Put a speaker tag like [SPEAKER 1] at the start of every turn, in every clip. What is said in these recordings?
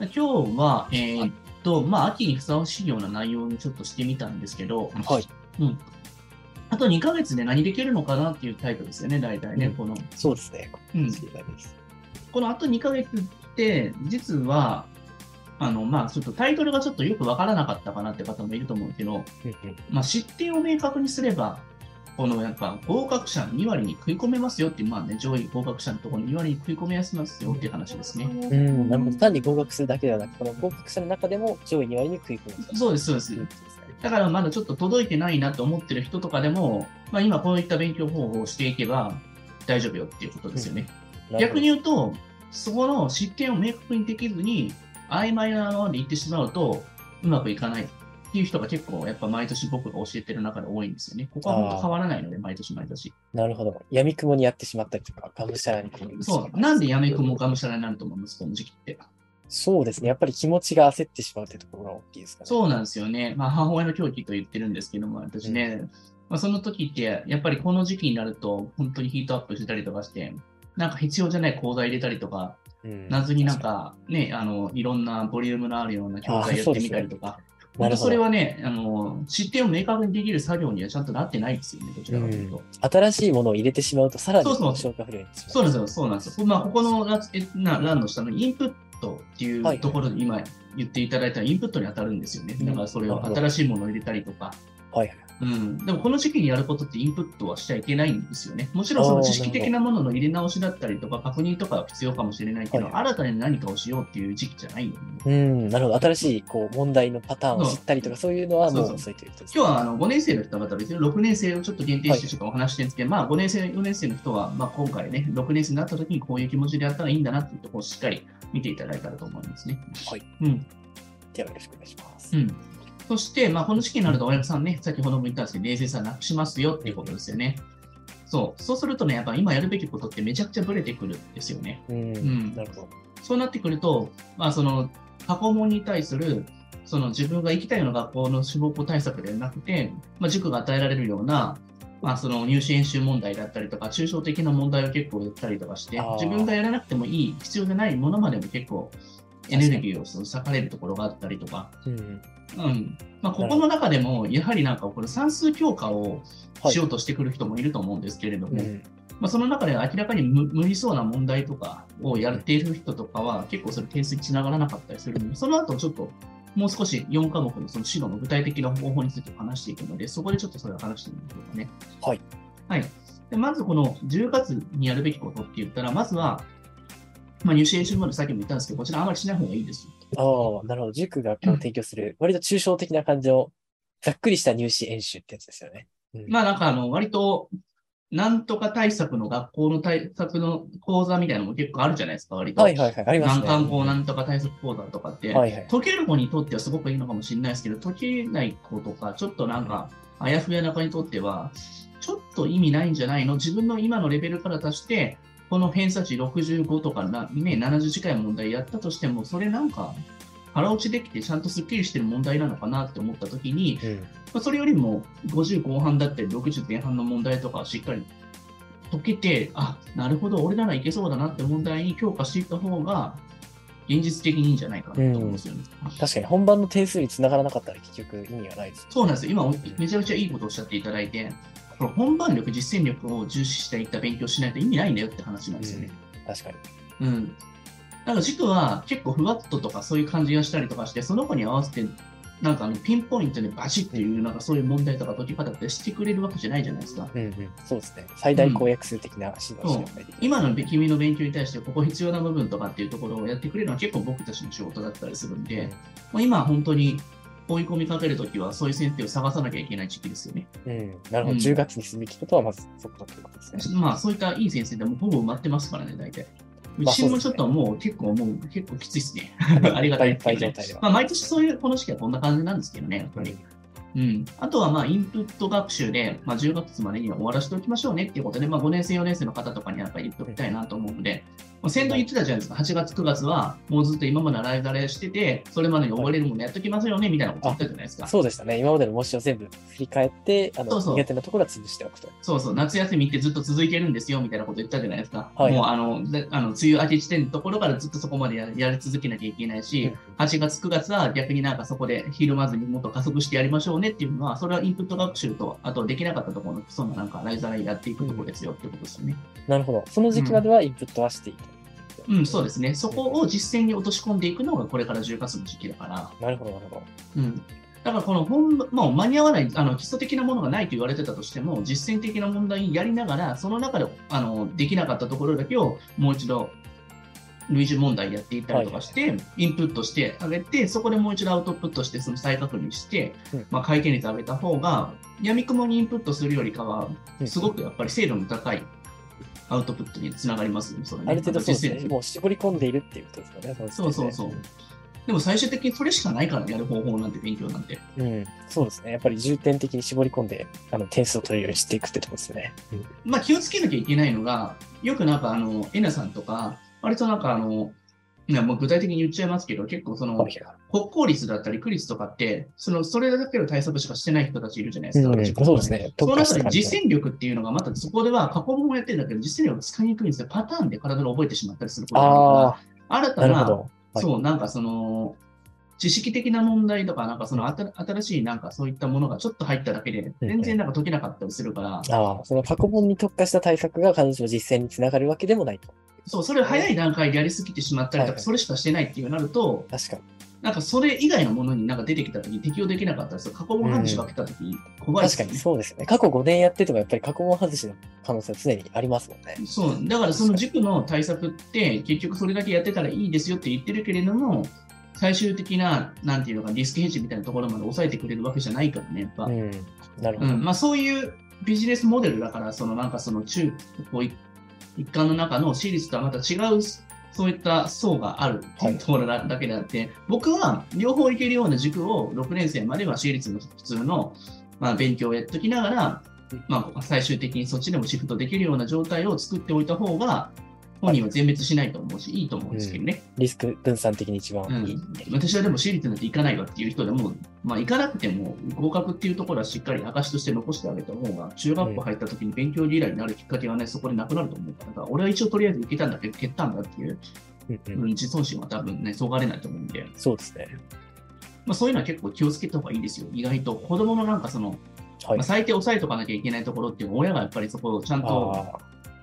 [SPEAKER 1] 今日は、えーっと、まあ、秋にふさわしいような内容にちょっとしてみたんですけど、
[SPEAKER 2] はい。
[SPEAKER 1] うん。あと2ヶ月で何できるのかなっていうタイトルですよね、大体ね。
[SPEAKER 2] うん
[SPEAKER 1] この、
[SPEAKER 2] そうですね。
[SPEAKER 1] うん
[SPEAKER 2] こっちがです
[SPEAKER 1] このあと2ヶ月って、実は、あの、まあ、ちょっとタイトルがちょっとよくわからなかったかなって方もいると思うけど、まあ、失点を明確にすれば、このやっぱ合格者2割に食い込めますよっていう、まあね、上位合格者のところに2割に食い込めますよっていう話ですね。
[SPEAKER 2] うん、なるほど単に合格するだけではなく、この合格者の中でも上位2割に食い込む。
[SPEAKER 1] そうです、そうです。だからまだちょっと届いてないなと思ってる人とかでも、まあ、今こういった勉強方法をしていけば大丈夫よっていうことですよね。逆に言うと、そこの失点を明確にできずに、曖昧なままでいってしまうと、うまくいかないっていう人が結構、やっぱ毎年僕が教えてる中で多いんですよね。ここは本当変わらないので、毎年毎年。
[SPEAKER 2] なるほど。闇雲にやってしまったりとか、がむしゃらにこ
[SPEAKER 1] そう。なんでやめくもがむ
[SPEAKER 2] し
[SPEAKER 1] しゃらになると思います、この時期って。
[SPEAKER 2] そうですね。やっぱり気持ちが焦ってしまうってところが大きいですかね。
[SPEAKER 1] そうなんですよね。まあ、母親の狂気と言ってるんですけども、私ね、まあ、その時って、やっぱりこの時期になると、本当にヒートアップしたりとかして、なんか必要じゃない講座入れたりとか、
[SPEAKER 2] うん
[SPEAKER 1] 謎になんかね、あの、いろんなボリュームのあるような教材やってみたりとか、
[SPEAKER 2] 確かにな
[SPEAKER 1] 本
[SPEAKER 2] る
[SPEAKER 1] 当
[SPEAKER 2] ほ
[SPEAKER 1] それ
[SPEAKER 2] ど。
[SPEAKER 1] はね、あの、知点を明確にできる作業にはちゃんとなってないですよね、どちらかというと。
[SPEAKER 2] 新しいものを入れてしまうと、さらに
[SPEAKER 1] そうそう
[SPEAKER 2] 消化不良になってしまう。
[SPEAKER 1] そうなんですよ、そうなんですよ。まあ、ここのラえな欄の下のインプットってい
[SPEAKER 2] はいう
[SPEAKER 1] ところで今言っていただいたインプットに当たるんですよね。
[SPEAKER 2] うん
[SPEAKER 1] だからそれを
[SPEAKER 2] なるほど
[SPEAKER 1] 新しいものを入れたりとか、
[SPEAKER 2] はいはい。
[SPEAKER 1] うん、でもこの時期にやることってインプットはしちゃいけないんですよね。もちろんその知識的なものの入れ直しだったりとか確認とかは必要かもしれないけど、
[SPEAKER 2] はいは
[SPEAKER 1] 新たに何かをしようっていう時期じゃないよね。
[SPEAKER 2] うん、なるほど。新しいこう問題のパターンを知ったりとか、そういうのはも
[SPEAKER 1] そうう
[SPEAKER 2] 遅いということですね。
[SPEAKER 1] 今日はあの5年生の人はまた別に6年生をちょっと限定してちょっとお話してるんですけど、まあ5年生、4年生の人は、まあ、今回ね、6年生になった時にこういう気持ちでやったらいいんだなっていうところをしっかり見ていただいたらと思いますね。
[SPEAKER 2] はい。
[SPEAKER 1] うん。
[SPEAKER 2] ではよろしくお願いします
[SPEAKER 1] う。ん、そして、まあ、この時期になると親御さんね、先ほども言ったんですけど、冷静さなくしますよっていうことですよね。そうそうするとね、やっぱ今やるべきことってめちゃくちゃブレてくるんですよね。
[SPEAKER 2] うん、
[SPEAKER 1] ん
[SPEAKER 2] なるほど。
[SPEAKER 1] そうなってくると、まあ、その過去問に対するその自分が行きたいような学校の志望校対策ではなくて、まあ、塾が与えられるような、まあ、その入試演習問題だったりとか、抽象的な問題を結構やったりとかして
[SPEAKER 2] あー、
[SPEAKER 1] 自分がやらなくてもいい、必要じゃないものまでも結構エネルギーを割かれるところがあったりとか、
[SPEAKER 2] うん、
[SPEAKER 1] うんまあ、ここの中でも、やはりなんかこれ算数強化をしようとしてくる人もいると思うんですけれども、
[SPEAKER 2] うん
[SPEAKER 1] まあ、その中で明らかに無無理そうな問題とかをやっている人とかは結構それ点数につながらなかったりするので、その後ちょっともう少し4科目のその指導の具体的な方法について話していくので、そこでちょっとそれを話してみましょうかね。
[SPEAKER 2] はい。
[SPEAKER 1] はい。でまずこの10月にやるべきことって言ったら、まずは、まあ、入試演習問題さっきも言ったんですけど、こちらあまりしない方がいいです。
[SPEAKER 2] ああ、なるほど。塾がこう提供する、割と抽象的な感じの、ざっくりした入試演習ってやつですよね。うん
[SPEAKER 1] まあなんかあの割と、なんとか対策の学校の対策の講座みたいなのも結構あるじゃないですか、割と。
[SPEAKER 2] はいはいはい。あります
[SPEAKER 1] 難
[SPEAKER 2] ね。
[SPEAKER 1] 関校なんとか対策講座とかって、
[SPEAKER 2] はいはい。
[SPEAKER 1] 解ける子にとってはすごくいいのかもしれないですけど、解けない子とか、ちょっとなんか、あやふやな子にとっては、ちょっと意味ないんじゃないの自分の今のレベルから足して、この偏差値65とかな、ね、70近い問題やったとしても、それなんか、腹落ちできて、ちゃんとスッキリしてる問題なのかなって思ったときに、
[SPEAKER 2] うん
[SPEAKER 1] まあ、それよりも50後半だったり60前半の問題とかをしっかり解けて、あなるほど、俺ならいけそうだなって問題に強化していった方が、現実的にいいんじゃないかなと思うんですよね。
[SPEAKER 2] 確かに本番の点数につながらなかったら結局意味がないです。
[SPEAKER 1] そうなんですよ、今、めちゃめちゃいいことをおっしゃっていただいて、これ本番力、実践力を重視していった勉強しないと意味ないんだよって話なんですよね。
[SPEAKER 2] 確かに。
[SPEAKER 1] うん。なんか塾は結構ふわっととかそういう感じがしたりとかして、その子に合わせて、なんかあのピンポイントでバチっていう、なんかそういう問題とか解き方ってしてくれるわけじゃないじゃないですか。
[SPEAKER 2] うんうん。そうですね。最大公約数的な指導
[SPEAKER 1] そう
[SPEAKER 2] しかできない
[SPEAKER 1] 今の君の勉強に対してここ必要な部分とかっていうところをやってくれるのは結構僕たちの仕事だったりするんで、もう今は本当に追い込みかけるときはそういう先生を探さなきゃいけない時期ですよね。
[SPEAKER 2] うん。うんなるほど。
[SPEAKER 1] うん
[SPEAKER 2] 10月にすべきことはまずそこだということですね。
[SPEAKER 1] まあそういったいい先生でもほぼ埋まってますからね、大体。う
[SPEAKER 2] まあ
[SPEAKER 1] ちもち
[SPEAKER 2] そ
[SPEAKER 1] ょっ
[SPEAKER 2] うですね
[SPEAKER 1] ともう結構もう結構きついです ね。ありがたい
[SPEAKER 2] いっ
[SPEAKER 1] です
[SPEAKER 2] ぱ
[SPEAKER 1] けど
[SPEAKER 2] い状
[SPEAKER 1] ね。
[SPEAKER 2] 態では。
[SPEAKER 1] まあ毎年そういう、この時期はこんな感じなんですけどね、やっぱり。うん、あとはまあインプット学習で、まあ、10月までには終わらせておきましょうねっていうことで、まあ、5年生、4年生の方とかにやっぱり言っておきたいなと思うので、まあ先頭言ってたじゃないですか、8月、9月は、もうずっと今まで洗いざれしてて、それまでに覚えれるものやっときますよね、みたいなこと言ったじゃないですか。
[SPEAKER 2] そうでしたね。今までの模試を全部振り返って、あの
[SPEAKER 1] そうそう
[SPEAKER 2] 苦手なところは潰しておくと。
[SPEAKER 1] そうそう、夏休みってずっと続いてるんですよ、みたいなこと言ったじゃないですか。
[SPEAKER 2] はい
[SPEAKER 1] もうあの、であの梅雨明け地点のところからずっとそこまでややり続けなきゃいけないし、8月、9月は逆になんかそこでひるまずにもっと加速してやりましょうねっていうのは、それはインプット学習と、あとできなかったところの基礎のなんか洗いざらいやっていくところですよってことですよね。
[SPEAKER 2] なるほど。その時期まではインプットはしていいと。
[SPEAKER 1] うん、そうですね。そこを実践に落とし込んでいくのがこれから10月の時期だから。
[SPEAKER 2] なるほど、なるほど。
[SPEAKER 1] うん。だからこの本、もう間に合わない、あの基礎的なものがないと言われてたとしても、実践的な問題やりながら、その中であのできなかったところだけをもう一度、類似問題やっていったりとかして、インプットしてあげて、そこでもう一度アウトプットして、その再確認して、
[SPEAKER 2] うん
[SPEAKER 1] まあ、回転率上げた方が、やみくもにインプットするよりかは、
[SPEAKER 2] うん
[SPEAKER 1] すごくやっぱり精度の高いアウトプットにつながりますよね、それね
[SPEAKER 2] ある程度そうです
[SPEAKER 1] 実践
[SPEAKER 2] ね。もう絞り込んでいるっていうことですよね。の時点
[SPEAKER 1] そう
[SPEAKER 2] で
[SPEAKER 1] そうそう。でも最終的にそれしかないから、やる方法なんて勉強なんて。
[SPEAKER 2] うん、そうですね。やっぱり重点的に絞り込んで、あの、点数を取れるようにしていくってとこですよね。
[SPEAKER 1] まあ、気をつけなきゃいけないのが、よくなんかあの、エナさんとか、割となんかあの、いやもう具体的に言っちゃいますけど、結構その
[SPEAKER 2] はい、はい
[SPEAKER 1] 国公立だったり区立とかって、その、それだけの対策しかしてない人たちいるじゃないですか。
[SPEAKER 2] うん、
[SPEAKER 1] 私
[SPEAKER 2] そうです。ね。
[SPEAKER 1] その
[SPEAKER 2] 特化し
[SPEAKER 1] 中
[SPEAKER 2] た
[SPEAKER 1] で
[SPEAKER 2] 感じ
[SPEAKER 1] 実践力っていうのがまたそこでは過去問をやってるんだけど、実践力使いにくいんですよ。パターンで体が覚えてしまったりすることがあるから、新
[SPEAKER 2] ああ、
[SPEAKER 1] た
[SPEAKER 2] なる
[SPEAKER 1] な
[SPEAKER 2] ほど。はい
[SPEAKER 1] そう、なんかその、知識的な問題とか、なんかそのあた新しいなんかそういったものがちょっと入っただけで、
[SPEAKER 2] うん
[SPEAKER 1] 全然なんか解けなかったりするから、
[SPEAKER 2] ああ、その過去問に特化した対策が彼女の実践につながるわけでもないと。
[SPEAKER 1] そう、それを早い段階でやりすぎてしまったりと
[SPEAKER 2] は
[SPEAKER 1] か、
[SPEAKER 2] い
[SPEAKER 1] それしかしてないっていうなると、
[SPEAKER 2] 確かに。
[SPEAKER 1] なんかそれ以外のものになんか出てきたとき、適用できなかったりする、過去問外しが来たとき、怖いで
[SPEAKER 2] 確
[SPEAKER 1] す
[SPEAKER 2] か
[SPEAKER 1] よね
[SPEAKER 2] にそうですね。過去5年やっててもやっぱり過去問外しの可能性は常にありますもんね。
[SPEAKER 1] そう、だからその塾の対策って、結局それだけやってたらいいですよって言ってるけれども、最終的な、なんていうのか、リスクヘッジみたいなところまで抑えてくれるわけじゃないからね、やっぱ。
[SPEAKER 2] うん。なるほ
[SPEAKER 1] う
[SPEAKER 2] ど。
[SPEAKER 1] んまあ、そういうビジネスモデルだから、そのなんかその中高一一貫の中の私立とはまた違う、そういった層があるっていうところだだけであって、僕は両方行けるような塾を6年生までは私立の普通の、まあ、勉強をやっときながら、まあ、最終的にそっちでもシフトできるような状態を作っておいた方が、本人は全滅しないと思うし、いいと思うんですけどね。
[SPEAKER 2] リスク分散的に一番
[SPEAKER 1] うん
[SPEAKER 2] いい。
[SPEAKER 1] 私はでも私立なんて行かないわっていう人でも、まあ、行かなくても合格っていうところはしっかり証として残してあげた方が、中学校入った時に勉強嫌いになるきっかけがね、そこでなくなると思うから、だから俺は一応とりあえず行けたんだけど、蹴ったんだっていう、
[SPEAKER 2] うんう
[SPEAKER 1] うんん、自尊心は多分ね、そがれないと思うんで、
[SPEAKER 2] そうですね。
[SPEAKER 1] まあ、そういうのは結構気をつけた方がいいですよ。意外と子供のなんかその、
[SPEAKER 2] は
[SPEAKER 1] ま
[SPEAKER 2] い
[SPEAKER 1] あ、。最低抑えとかなきゃいけないところっていうのは親がやっぱりそこをちゃんと、
[SPEAKER 2] ああ、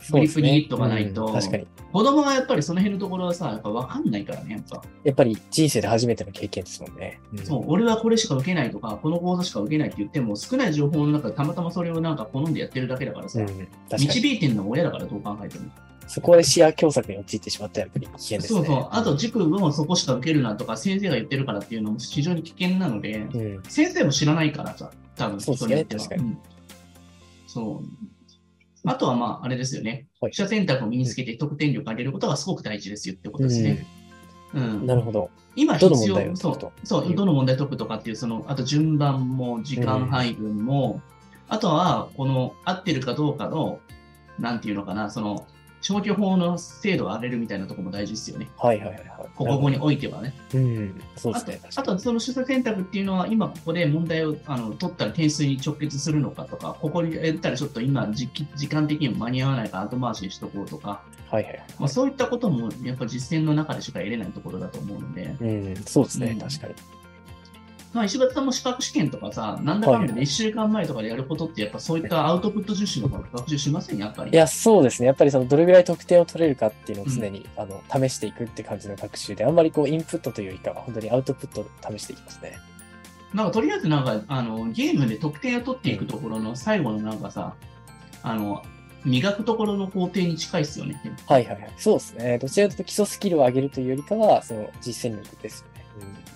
[SPEAKER 2] そうですね
[SPEAKER 1] グリップ握っとかないと
[SPEAKER 2] うん確かに。
[SPEAKER 1] 子供がやっぱりその辺のところはさ、やっぱ分かんないからね、やっぱ。
[SPEAKER 2] やっぱり人生で初めての経験ですもんね。うん
[SPEAKER 1] そう、俺はこれしか受けないとか、この講座しか受けないって言っても、少ない情報の中でたまたまそれをなんか好んでやってるだけだからさ、
[SPEAKER 2] うん。確かに。
[SPEAKER 1] 導いてるのは親だからどう考えても。
[SPEAKER 2] そこで視野狭窄に陥ってしまったらやっぱり危険ですね。
[SPEAKER 1] そうそう、あと塾もそこしか受けるなとか、先生が言ってるからっていうのも非常に危険なので、
[SPEAKER 2] うん。
[SPEAKER 1] 先生も知らないからさ、多分
[SPEAKER 2] そうですね
[SPEAKER 1] によっては
[SPEAKER 2] 確か
[SPEAKER 1] うんそう。あとはまあ、あれですよね。
[SPEAKER 2] はい
[SPEAKER 1] 記者選択を身につけて得点力を上げることがすごく大事ですよってことですね。うん
[SPEAKER 2] なるほど。
[SPEAKER 1] 今必
[SPEAKER 2] ど
[SPEAKER 1] 要
[SPEAKER 2] の問題を
[SPEAKER 1] そ
[SPEAKER 2] 解く
[SPEAKER 1] う
[SPEAKER 2] と
[SPEAKER 1] そうどの問題解くとかっていうそのあと順番も時間配分も、あとはこの合ってるかどうかのなんていうのかなその消去法の精度を上げるみたいなところも大事ですよね
[SPEAKER 2] はいはいはいはい。
[SPEAKER 1] ここにおいてはね
[SPEAKER 2] うん。そうで
[SPEAKER 1] あ
[SPEAKER 2] す
[SPEAKER 1] と
[SPEAKER 2] ね。確か
[SPEAKER 1] あ
[SPEAKER 2] に
[SPEAKER 1] とはその取捨選択っていうのは今ここで問題をあの取ったら点数に直結するのかとかここにやったらちょっと今時期時間的にも間に合わないから後回しにしとこうとか、
[SPEAKER 2] はいはいはい。
[SPEAKER 1] まあ、そういったこともやっぱ実践の中でしか得れないところだと思うので。
[SPEAKER 2] うん、そうです
[SPEAKER 1] う
[SPEAKER 2] ね
[SPEAKER 1] ん、
[SPEAKER 2] 確かに。
[SPEAKER 1] まあ、石橋さんも資格試験とかさ、なんだかん
[SPEAKER 2] は
[SPEAKER 1] だ
[SPEAKER 2] い
[SPEAKER 1] で1週間前とかでやることって、やっぱそういったアウトプット重視の方が学習しません、やっぱり。
[SPEAKER 2] いや、そうですね。やっぱりその、どれぐらい得点を取れるかっていうのを常に、あの、試していくって感じの学習で、あんまりこう、インプットというよりかは、本当にアウトプットを試していきますね。
[SPEAKER 1] なんかとりあえずなんかあの、ゲームで得点を取っていくところの最後のなんかさ、あの磨くところの工程に近いですよね。
[SPEAKER 2] はいはいはい。そうですね。どちらかというと基礎スキルを上げるというよりかは、その、実践力ですよね。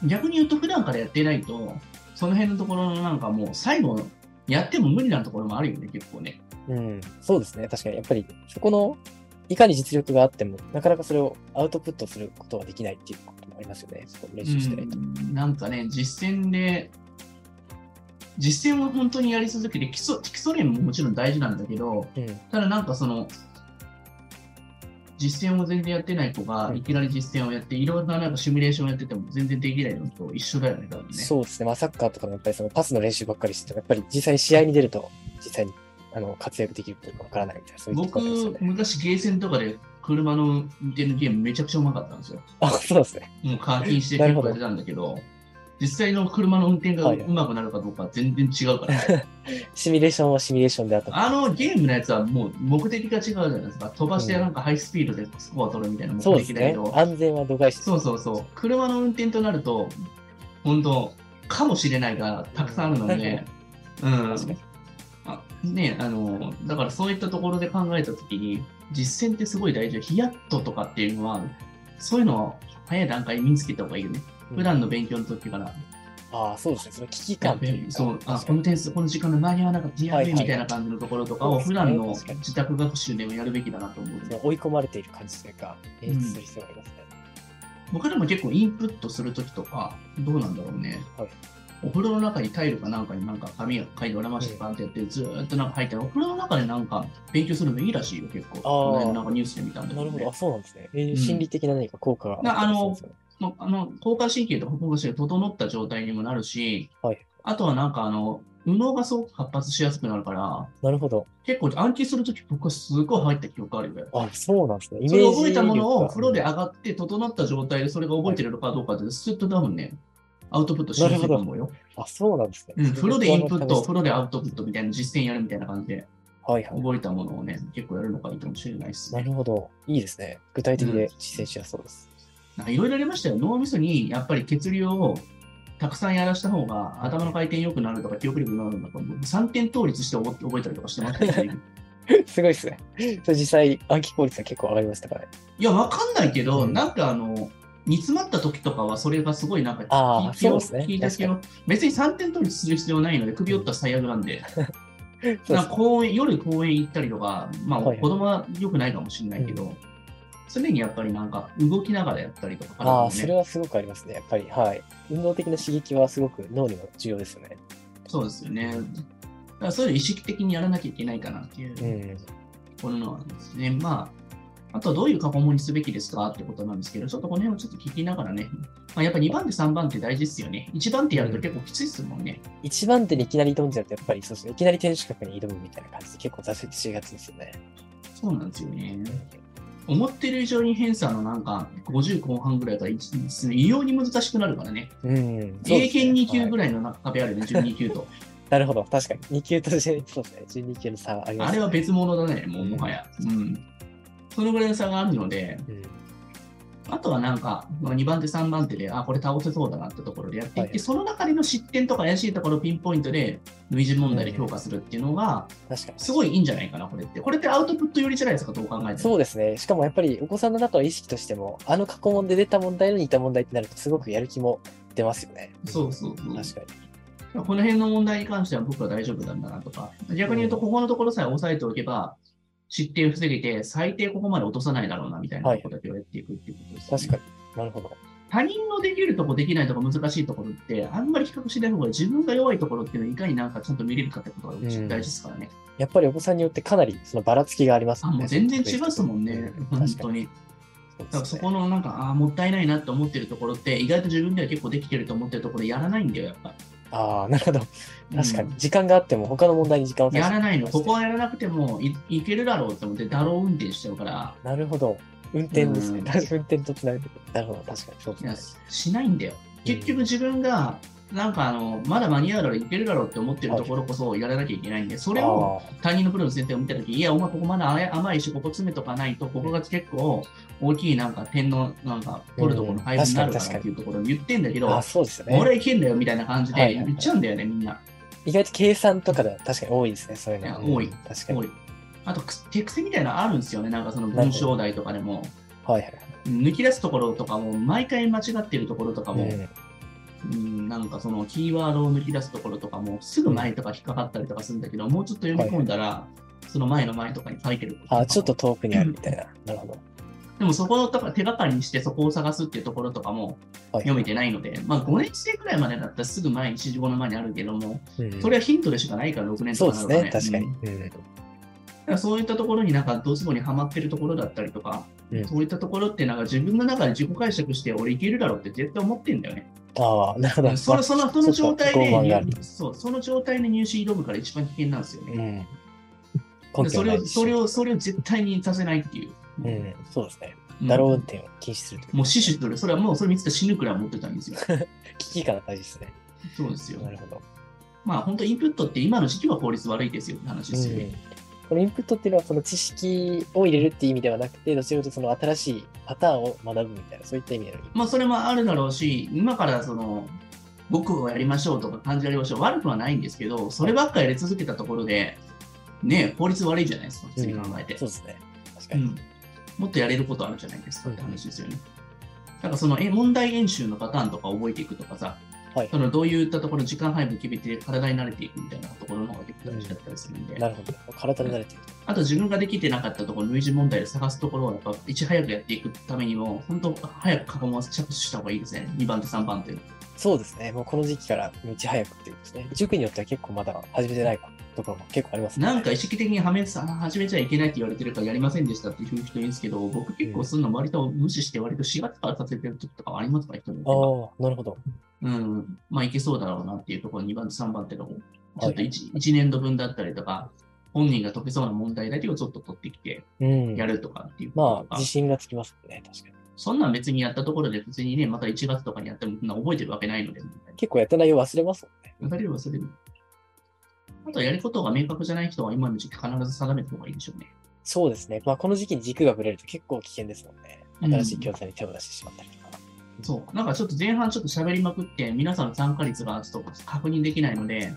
[SPEAKER 1] 逆に言うと、普段からやってないと、その辺のところのなんかもう、最後、やっても無理なところもあるよね、結構ね。
[SPEAKER 2] うん、そうですね。確かに、やっぱり、そこの、いかに実力があっても、なかなかそれをアウトプットすることはできないっていうこともありますよね。そこを練習してないと。
[SPEAKER 1] うんなんかね、実践で、実践を本当にやり続けて、基礎基礎練ももちろん大事なんだけど、
[SPEAKER 2] うん。
[SPEAKER 1] ただなんかその、実践を全然やってない子が、いきなり実践をやって、いろんななんかシミュレーションやってても全然できないのと一緒だよね、多分ね。
[SPEAKER 2] そうですね、まあ、サッカーとかもやっぱりそのパスの練習ばっかりしてても、やっぱり実際に試合に出ると、実際にあの活躍できるというかわからないみたいな、そういうとこ
[SPEAKER 1] 僕
[SPEAKER 2] ろですよ、ね。、
[SPEAKER 1] 昔ゲーセンとかで車の運転のゲームめちゃくちゃうまかったんですよ。
[SPEAKER 2] あ、そうですね。
[SPEAKER 1] もう課金して
[SPEAKER 2] なる
[SPEAKER 1] 結
[SPEAKER 2] ほ
[SPEAKER 1] 構
[SPEAKER 2] ど
[SPEAKER 1] やってたんだけど、実際の車の運転が
[SPEAKER 2] は
[SPEAKER 1] う
[SPEAKER 2] いはい
[SPEAKER 1] まくなるかどうかは全然違う から、ね
[SPEAKER 2] シミュレーションはシミュレーションであった
[SPEAKER 1] あのゲームのやつはもう目的が違うじゃないですか。飛ばしてなんかハイスピードでスコア取るみたいな目
[SPEAKER 2] そうで
[SPEAKER 1] 的
[SPEAKER 2] す
[SPEAKER 1] だけ
[SPEAKER 2] ね
[SPEAKER 1] ど、。
[SPEAKER 2] 安全は度外視です
[SPEAKER 1] そうそうそう。車の運転となると、本当かもしれないがたくさんあるので、うん
[SPEAKER 2] 確かに。
[SPEAKER 1] あねあの、だからそういったところで考えたときに、実践ってすごい大事。ヒヤッととかっていうのは、そういうのを早い段階に身につけた方がいいよね。普段の勉強の時から。
[SPEAKER 2] ああ、そうですね。その危機感というか。
[SPEAKER 1] そうあ
[SPEAKER 2] 確か
[SPEAKER 1] こ
[SPEAKER 2] に
[SPEAKER 1] の点数、この時間の間に合わなかった、や
[SPEAKER 2] はい
[SPEAKER 1] べえ
[SPEAKER 2] はい
[SPEAKER 1] みたいな感じのところとかを、
[SPEAKER 2] そ
[SPEAKER 1] 普
[SPEAKER 2] うですね
[SPEAKER 1] 段の
[SPEAKER 2] 確かに
[SPEAKER 1] 自宅学習でもやるべきだなと思う
[SPEAKER 2] その追い込まれている感じというか、演出する必要がありますね。
[SPEAKER 1] 僕でも結構インプットするときとか、どうなんだろうね。
[SPEAKER 2] はい
[SPEAKER 1] お風呂の中にタイルかなんかになんか紙を書いて俺ましてバンってやってずーっとなんか入ってる、お風呂の中でなんか勉強するのいいらしいよ、結構。この辺なんかニュースで見たんだけど、
[SPEAKER 2] な
[SPEAKER 1] ね。
[SPEAKER 2] るほど。あ、そうなんですね。えー
[SPEAKER 1] うん
[SPEAKER 2] 心理的な何か効果が
[SPEAKER 1] な
[SPEAKER 2] ったりするんですかね
[SPEAKER 1] のあの交感神経と副交感神経が整った状態にもなるし、
[SPEAKER 2] はい
[SPEAKER 1] あとはなんかあの、右脳がすごく活発しやすくなるから、
[SPEAKER 2] なるほど。
[SPEAKER 1] 結構暗記するとき僕はすごい入った記憶あるよ。
[SPEAKER 2] あ、そうなんですね。イ
[SPEAKER 1] そ
[SPEAKER 2] メ
[SPEAKER 1] れ
[SPEAKER 2] ー
[SPEAKER 1] を
[SPEAKER 2] ジ
[SPEAKER 1] 覚えたものを
[SPEAKER 2] 力が
[SPEAKER 1] 風呂で上がって整った状態でそれが覚えてるのかどうかって、スッと多分ね、アウトプットしやすいと思うよ。
[SPEAKER 2] あ、そうなんですね。
[SPEAKER 1] うん、風呂でインプット、風
[SPEAKER 2] 呂
[SPEAKER 1] 呂でアウトプットみたいな実践やるみたいな感じで、
[SPEAKER 2] はいはい。
[SPEAKER 1] 覚えたものをね、結構やるのがいいかもしれないです
[SPEAKER 2] な
[SPEAKER 1] ね。
[SPEAKER 2] るほど。いいですね。具体的
[SPEAKER 1] うん
[SPEAKER 2] で実践しやすそうです。
[SPEAKER 1] なんかいろいろありましたよ。脳みそにやっぱり血流をたくさんやらした方が頭の回転良くなるとか記憶力になるんだと思う。3点倒立して覚え覚えたりとかしてました し
[SPEAKER 2] すごいですね。 それ実際、暗記効率が結構上がりましたからね。
[SPEAKER 1] いや、わかんないけど、
[SPEAKER 2] うん
[SPEAKER 1] なんかあの、煮詰まった時とかはそれがすごいなんか
[SPEAKER 2] あー
[SPEAKER 1] 気を
[SPEAKER 2] そうですね
[SPEAKER 1] 気を
[SPEAKER 2] 確かに
[SPEAKER 1] 気を別に3点倒立する必要ないので首折ったら最悪なんで。
[SPEAKER 2] そうで
[SPEAKER 1] な
[SPEAKER 2] す
[SPEAKER 1] んか公園夜公園行ったりとか、まあ、
[SPEAKER 2] はいはい
[SPEAKER 1] 子供は良くないかもしれないけど、常にやっぱりなんか動きながらやったりとか
[SPEAKER 2] あ
[SPEAKER 1] も
[SPEAKER 2] あ、それはすごくありますね。やっぱり、はい。運動的な刺激はすごく脳にも重要ですよね。。
[SPEAKER 1] そうですよね。だからそういうの意識的にやらなきゃいけないかなっていううんこののはですね、まあ、あとはどういう過去問にすべきですかってことなんですけど、ちょっとこの辺をちょっと聞きながらね、まあ、やっぱ2番手、3番手大事ですよね。1番手やると結構きついですもんね。
[SPEAKER 2] 一番手にいきなり挑んじゃうと、やっぱりそうですね。いきなり天守閣に挑むみたいな感じで結構挫折しがちですよね。
[SPEAKER 1] そうなんですよね。思ってる以上に偏差のなんか50後半ぐらいから一異様に難しくなるからね。
[SPEAKER 2] うん。そう
[SPEAKER 1] 英
[SPEAKER 2] ですね
[SPEAKER 1] 検2級ぐ
[SPEAKER 2] は
[SPEAKER 1] ら
[SPEAKER 2] い
[SPEAKER 1] いのなんか壁あるね、12級 と。
[SPEAKER 2] なるほど。確かに。2級として、そうですね。12級の差はあります、
[SPEAKER 1] あれは別物だね、もうもはや。うん。そのぐらいの差があるので、
[SPEAKER 2] うん。
[SPEAKER 1] あとはなんか、2番手、3番手で、あ、これ倒せそうだなってところでやっていって、
[SPEAKER 2] はいはい
[SPEAKER 1] その中での失点とか怪しいところをピンポイントで、類似問題で評価するっていうのが、
[SPEAKER 2] 確かに。
[SPEAKER 1] すごいいいんじゃないかな、これって。これってアウトプット寄りじゃないですか、どう考えても。
[SPEAKER 2] そうですね。しかもやっぱりお子さんの中の意識としても、あの過去問で出た問題の似た問題ってなると、すごくやる気も出ますよね。
[SPEAKER 1] そうそうそう。
[SPEAKER 2] 確かに。
[SPEAKER 1] この辺の問題に関しては僕は大丈夫なんだなとか、逆に言うと、ここのところさえ押さえておけば、失点を防げて、最低ここまで落とさないだろうな、みたいなことだけをやっていくっていうことです、ね
[SPEAKER 2] 確かに。なるほど。
[SPEAKER 1] 他人のできるとこできないとこ難しいところってあんまり比較しない方が自分が弱いところっていうのをいかになんかちゃんと見れるかってことが大事ですからね。
[SPEAKER 2] やっぱりお子さんによってかなりそのばらつきがあります
[SPEAKER 1] あもう全然違うっすもん
[SPEAKER 2] う
[SPEAKER 1] ね、
[SPEAKER 2] 確か
[SPEAKER 1] 本
[SPEAKER 2] に。
[SPEAKER 1] 当に。だ
[SPEAKER 2] そう
[SPEAKER 1] から
[SPEAKER 2] です
[SPEAKER 1] そ
[SPEAKER 2] ね
[SPEAKER 1] このなんか、ああー、もったいないなって思ってるところって、意外と自分では結構できてると思ってるところやらないんだよ、やっぱ。
[SPEAKER 2] ああ、なるほど。確か
[SPEAKER 1] う
[SPEAKER 2] に。
[SPEAKER 1] ん
[SPEAKER 2] 時間があっても、他の問題に時間を
[SPEAKER 1] やらないの、ここ
[SPEAKER 2] は。
[SPEAKER 1] はやらなくてもいいけるだろうって思って、だろう運転しちゃうから、
[SPEAKER 2] なるほど。運転ですね。
[SPEAKER 1] うん
[SPEAKER 2] 確か 運転とつなげてくる。なるほど。確かに。そう
[SPEAKER 1] い
[SPEAKER 2] で
[SPEAKER 1] や
[SPEAKER 2] すね。
[SPEAKER 1] しないんだよ。結局自分が、なんかあの、まだ間に合うだろう、いけるだろうって思ってるところこそやらなきゃいけないんで、それを
[SPEAKER 2] あー
[SPEAKER 1] 他人のプロの先生を見たとき、いや、お前ここまだ甘い甘いし、ここ詰めとかないと、ここが結構大きいなんか点のなんか取るところの配分になるか
[SPEAKER 2] うん確からに
[SPEAKER 1] っていうところを言ってんだけど、
[SPEAKER 2] あ、そうですよね。
[SPEAKER 1] 俺はいけんだよみたいな感じ
[SPEAKER 2] はい
[SPEAKER 1] で
[SPEAKER 2] はいはい
[SPEAKER 1] 言っちゃうんだよね、みんな。
[SPEAKER 2] 意外と計算とかでは確かに多いですね。そういう
[SPEAKER 1] いや
[SPEAKER 2] の。
[SPEAKER 1] 多い
[SPEAKER 2] うん確か
[SPEAKER 1] 多
[SPEAKER 2] に。はい
[SPEAKER 1] い。あと、く手癖みたいなのあるんですよね、なんかその文章題とかでも。
[SPEAKER 2] はいはい。
[SPEAKER 1] 抜き出すところとかも、毎回間違ってるところとかも、
[SPEAKER 2] うん
[SPEAKER 1] うんなんかそのキーワードを抜き出すところとかも、すぐ前とか引っかかったりとかするんだけど、もうちょっと読み込んだら、その前の前とかに書いてることとかも
[SPEAKER 2] あ、ちょっと遠くにあるみ たいな。なるほど。
[SPEAKER 1] でもそこをだから手がかりにしてそこを探すっていうところとかも
[SPEAKER 2] はい
[SPEAKER 1] 読めてないので、まあ5年生くらいまでだったらすぐ前に、4、5の前にあるけども、
[SPEAKER 2] うん
[SPEAKER 1] それはヒントでしかないから6年
[SPEAKER 2] そ
[SPEAKER 1] とか
[SPEAKER 2] うで
[SPEAKER 1] な
[SPEAKER 2] す
[SPEAKER 1] るから
[SPEAKER 2] ね。確かに。
[SPEAKER 1] うんだ
[SPEAKER 2] うん
[SPEAKER 1] からそういったところになんかドツボにはまってるところだったりとか、
[SPEAKER 2] うん
[SPEAKER 1] そういったところってなんか自分の中で自己解釈して俺いけるだろうって絶対思ってんだよね。
[SPEAKER 2] ああ、なるほど。
[SPEAKER 1] そのそのその状態で
[SPEAKER 2] ちょっと傲慢がある
[SPEAKER 1] 入そうその状態で入試挑むから一番危険なんですよ
[SPEAKER 2] う
[SPEAKER 1] ね。
[SPEAKER 2] ん。
[SPEAKER 1] で
[SPEAKER 2] 根拠
[SPEAKER 1] そ
[SPEAKER 2] は
[SPEAKER 1] れ
[SPEAKER 2] ない
[SPEAKER 1] を
[SPEAKER 2] ですし
[SPEAKER 1] それをそれを絶対にさせないっていう。
[SPEAKER 2] うん、そうですね。
[SPEAKER 1] うん
[SPEAKER 2] だろう運転を禁止するという
[SPEAKER 1] もう死守する。それはもうそれ見つけたら死ぬくらい思ってたんです よ。
[SPEAKER 2] 危機感が大事ですね。
[SPEAKER 1] そうですよ
[SPEAKER 2] な。るほど。
[SPEAKER 1] まあ本当インプットって今の時期は効率悪いですよって話ですよ
[SPEAKER 2] う
[SPEAKER 1] ね
[SPEAKER 2] ん。このインプットっていうのは、その知識を入れるっていう意味ではなくて、どちらかというとその新しいパターンを学ぶみたいな、そういった意味でのインプット
[SPEAKER 1] まあそれもあるだろうし、今からその、僕をやりましょうとか感じやりましょう、悪くはないんですけど、そればっかりやり続けたところで、ね、効率悪いじゃないですか、普通に考えて。
[SPEAKER 2] そうですね。確か
[SPEAKER 1] う
[SPEAKER 2] に。
[SPEAKER 1] ん、もっとやれることあるじゃないですかって話ですよね。なんかそのえ問題演習のパターンとか覚えていくとかさ、
[SPEAKER 2] はい
[SPEAKER 1] そのどういったところ時間配分決めて体に慣れていくみたいなところの方が結構大事だったりするんで、
[SPEAKER 2] なるほど。体に慣れている。
[SPEAKER 1] あと自分ができてなかったところ、類似問題で探すところをやっぱいち早くやっていくためにも、本当早く過去問を着手した方がいいですね、2番手、3番手。
[SPEAKER 2] そうですね。もうこの時期から道早くっていうことですね。塾によっては結構まだ始めてないところも結構ありますね。
[SPEAKER 1] なんか意識的にはめさ始めちゃいけないって言われてるからやりませんでしたっていう人いるんですけど、僕結構そういうの割と無視して、割と4月からさせてる時とかはありますから、人によって
[SPEAKER 2] ああ
[SPEAKER 1] は。、
[SPEAKER 2] なるほど。
[SPEAKER 1] うん、まあいけそうだろうなっていうところ、2番手、3番手の方、ちょっと
[SPEAKER 2] はい
[SPEAKER 1] 1, 一年度分だったりとか、本人が解けそうな問題だけをちょっと取ってきて
[SPEAKER 2] うん。
[SPEAKER 1] やるとかっていうこと
[SPEAKER 2] ま
[SPEAKER 1] と
[SPEAKER 2] あ、
[SPEAKER 1] か
[SPEAKER 2] 自、信がつきますね。確かに。
[SPEAKER 1] そんなん別にやったところで、普通にね、また1月とかにやってもそんな覚えてるわけないので、
[SPEAKER 2] 結構やった内容忘れますもんね。
[SPEAKER 1] 流れる忘れる。あとはやることが明確じゃない人は今の時期必ず定めた方がいいでしょうね。
[SPEAKER 2] そうですね。まあ、この時期に軸がぶれると結構危険ですもんね。
[SPEAKER 1] うん
[SPEAKER 2] 新しい教材に手を出してしまったりとか。
[SPEAKER 1] そう。なんかちょっと前半ちょっと喋りまくって、皆さんの参加率がちょっと確認できないの で、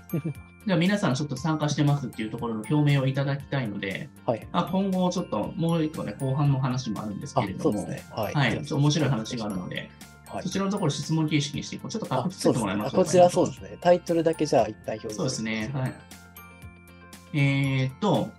[SPEAKER 1] じゃあ皆さんちょっと参加してますっていうところの表明をいただきたいので、
[SPEAKER 2] はい。
[SPEAKER 1] あ今後ちょっともう一個ね、後半の話もあるんですけ
[SPEAKER 2] あ
[SPEAKER 1] れ、ど
[SPEAKER 2] そう
[SPEAKER 1] も、
[SPEAKER 2] ですね。はい。
[SPEAKER 1] はい、ちょっと面白い話があるので、
[SPEAKER 2] はい
[SPEAKER 1] そ。ちらのところ質問形式にして、ちょっと
[SPEAKER 2] あ
[SPEAKER 1] 確認し
[SPEAKER 2] そう
[SPEAKER 1] て
[SPEAKER 2] で
[SPEAKER 1] も
[SPEAKER 2] すね
[SPEAKER 1] らいま
[SPEAKER 2] あ
[SPEAKER 1] しょう
[SPEAKER 2] こ
[SPEAKER 1] かね、
[SPEAKER 2] ちらはそうですね。タイトルだけじゃあ一旦表示
[SPEAKER 1] そうですね。はい。えーっと、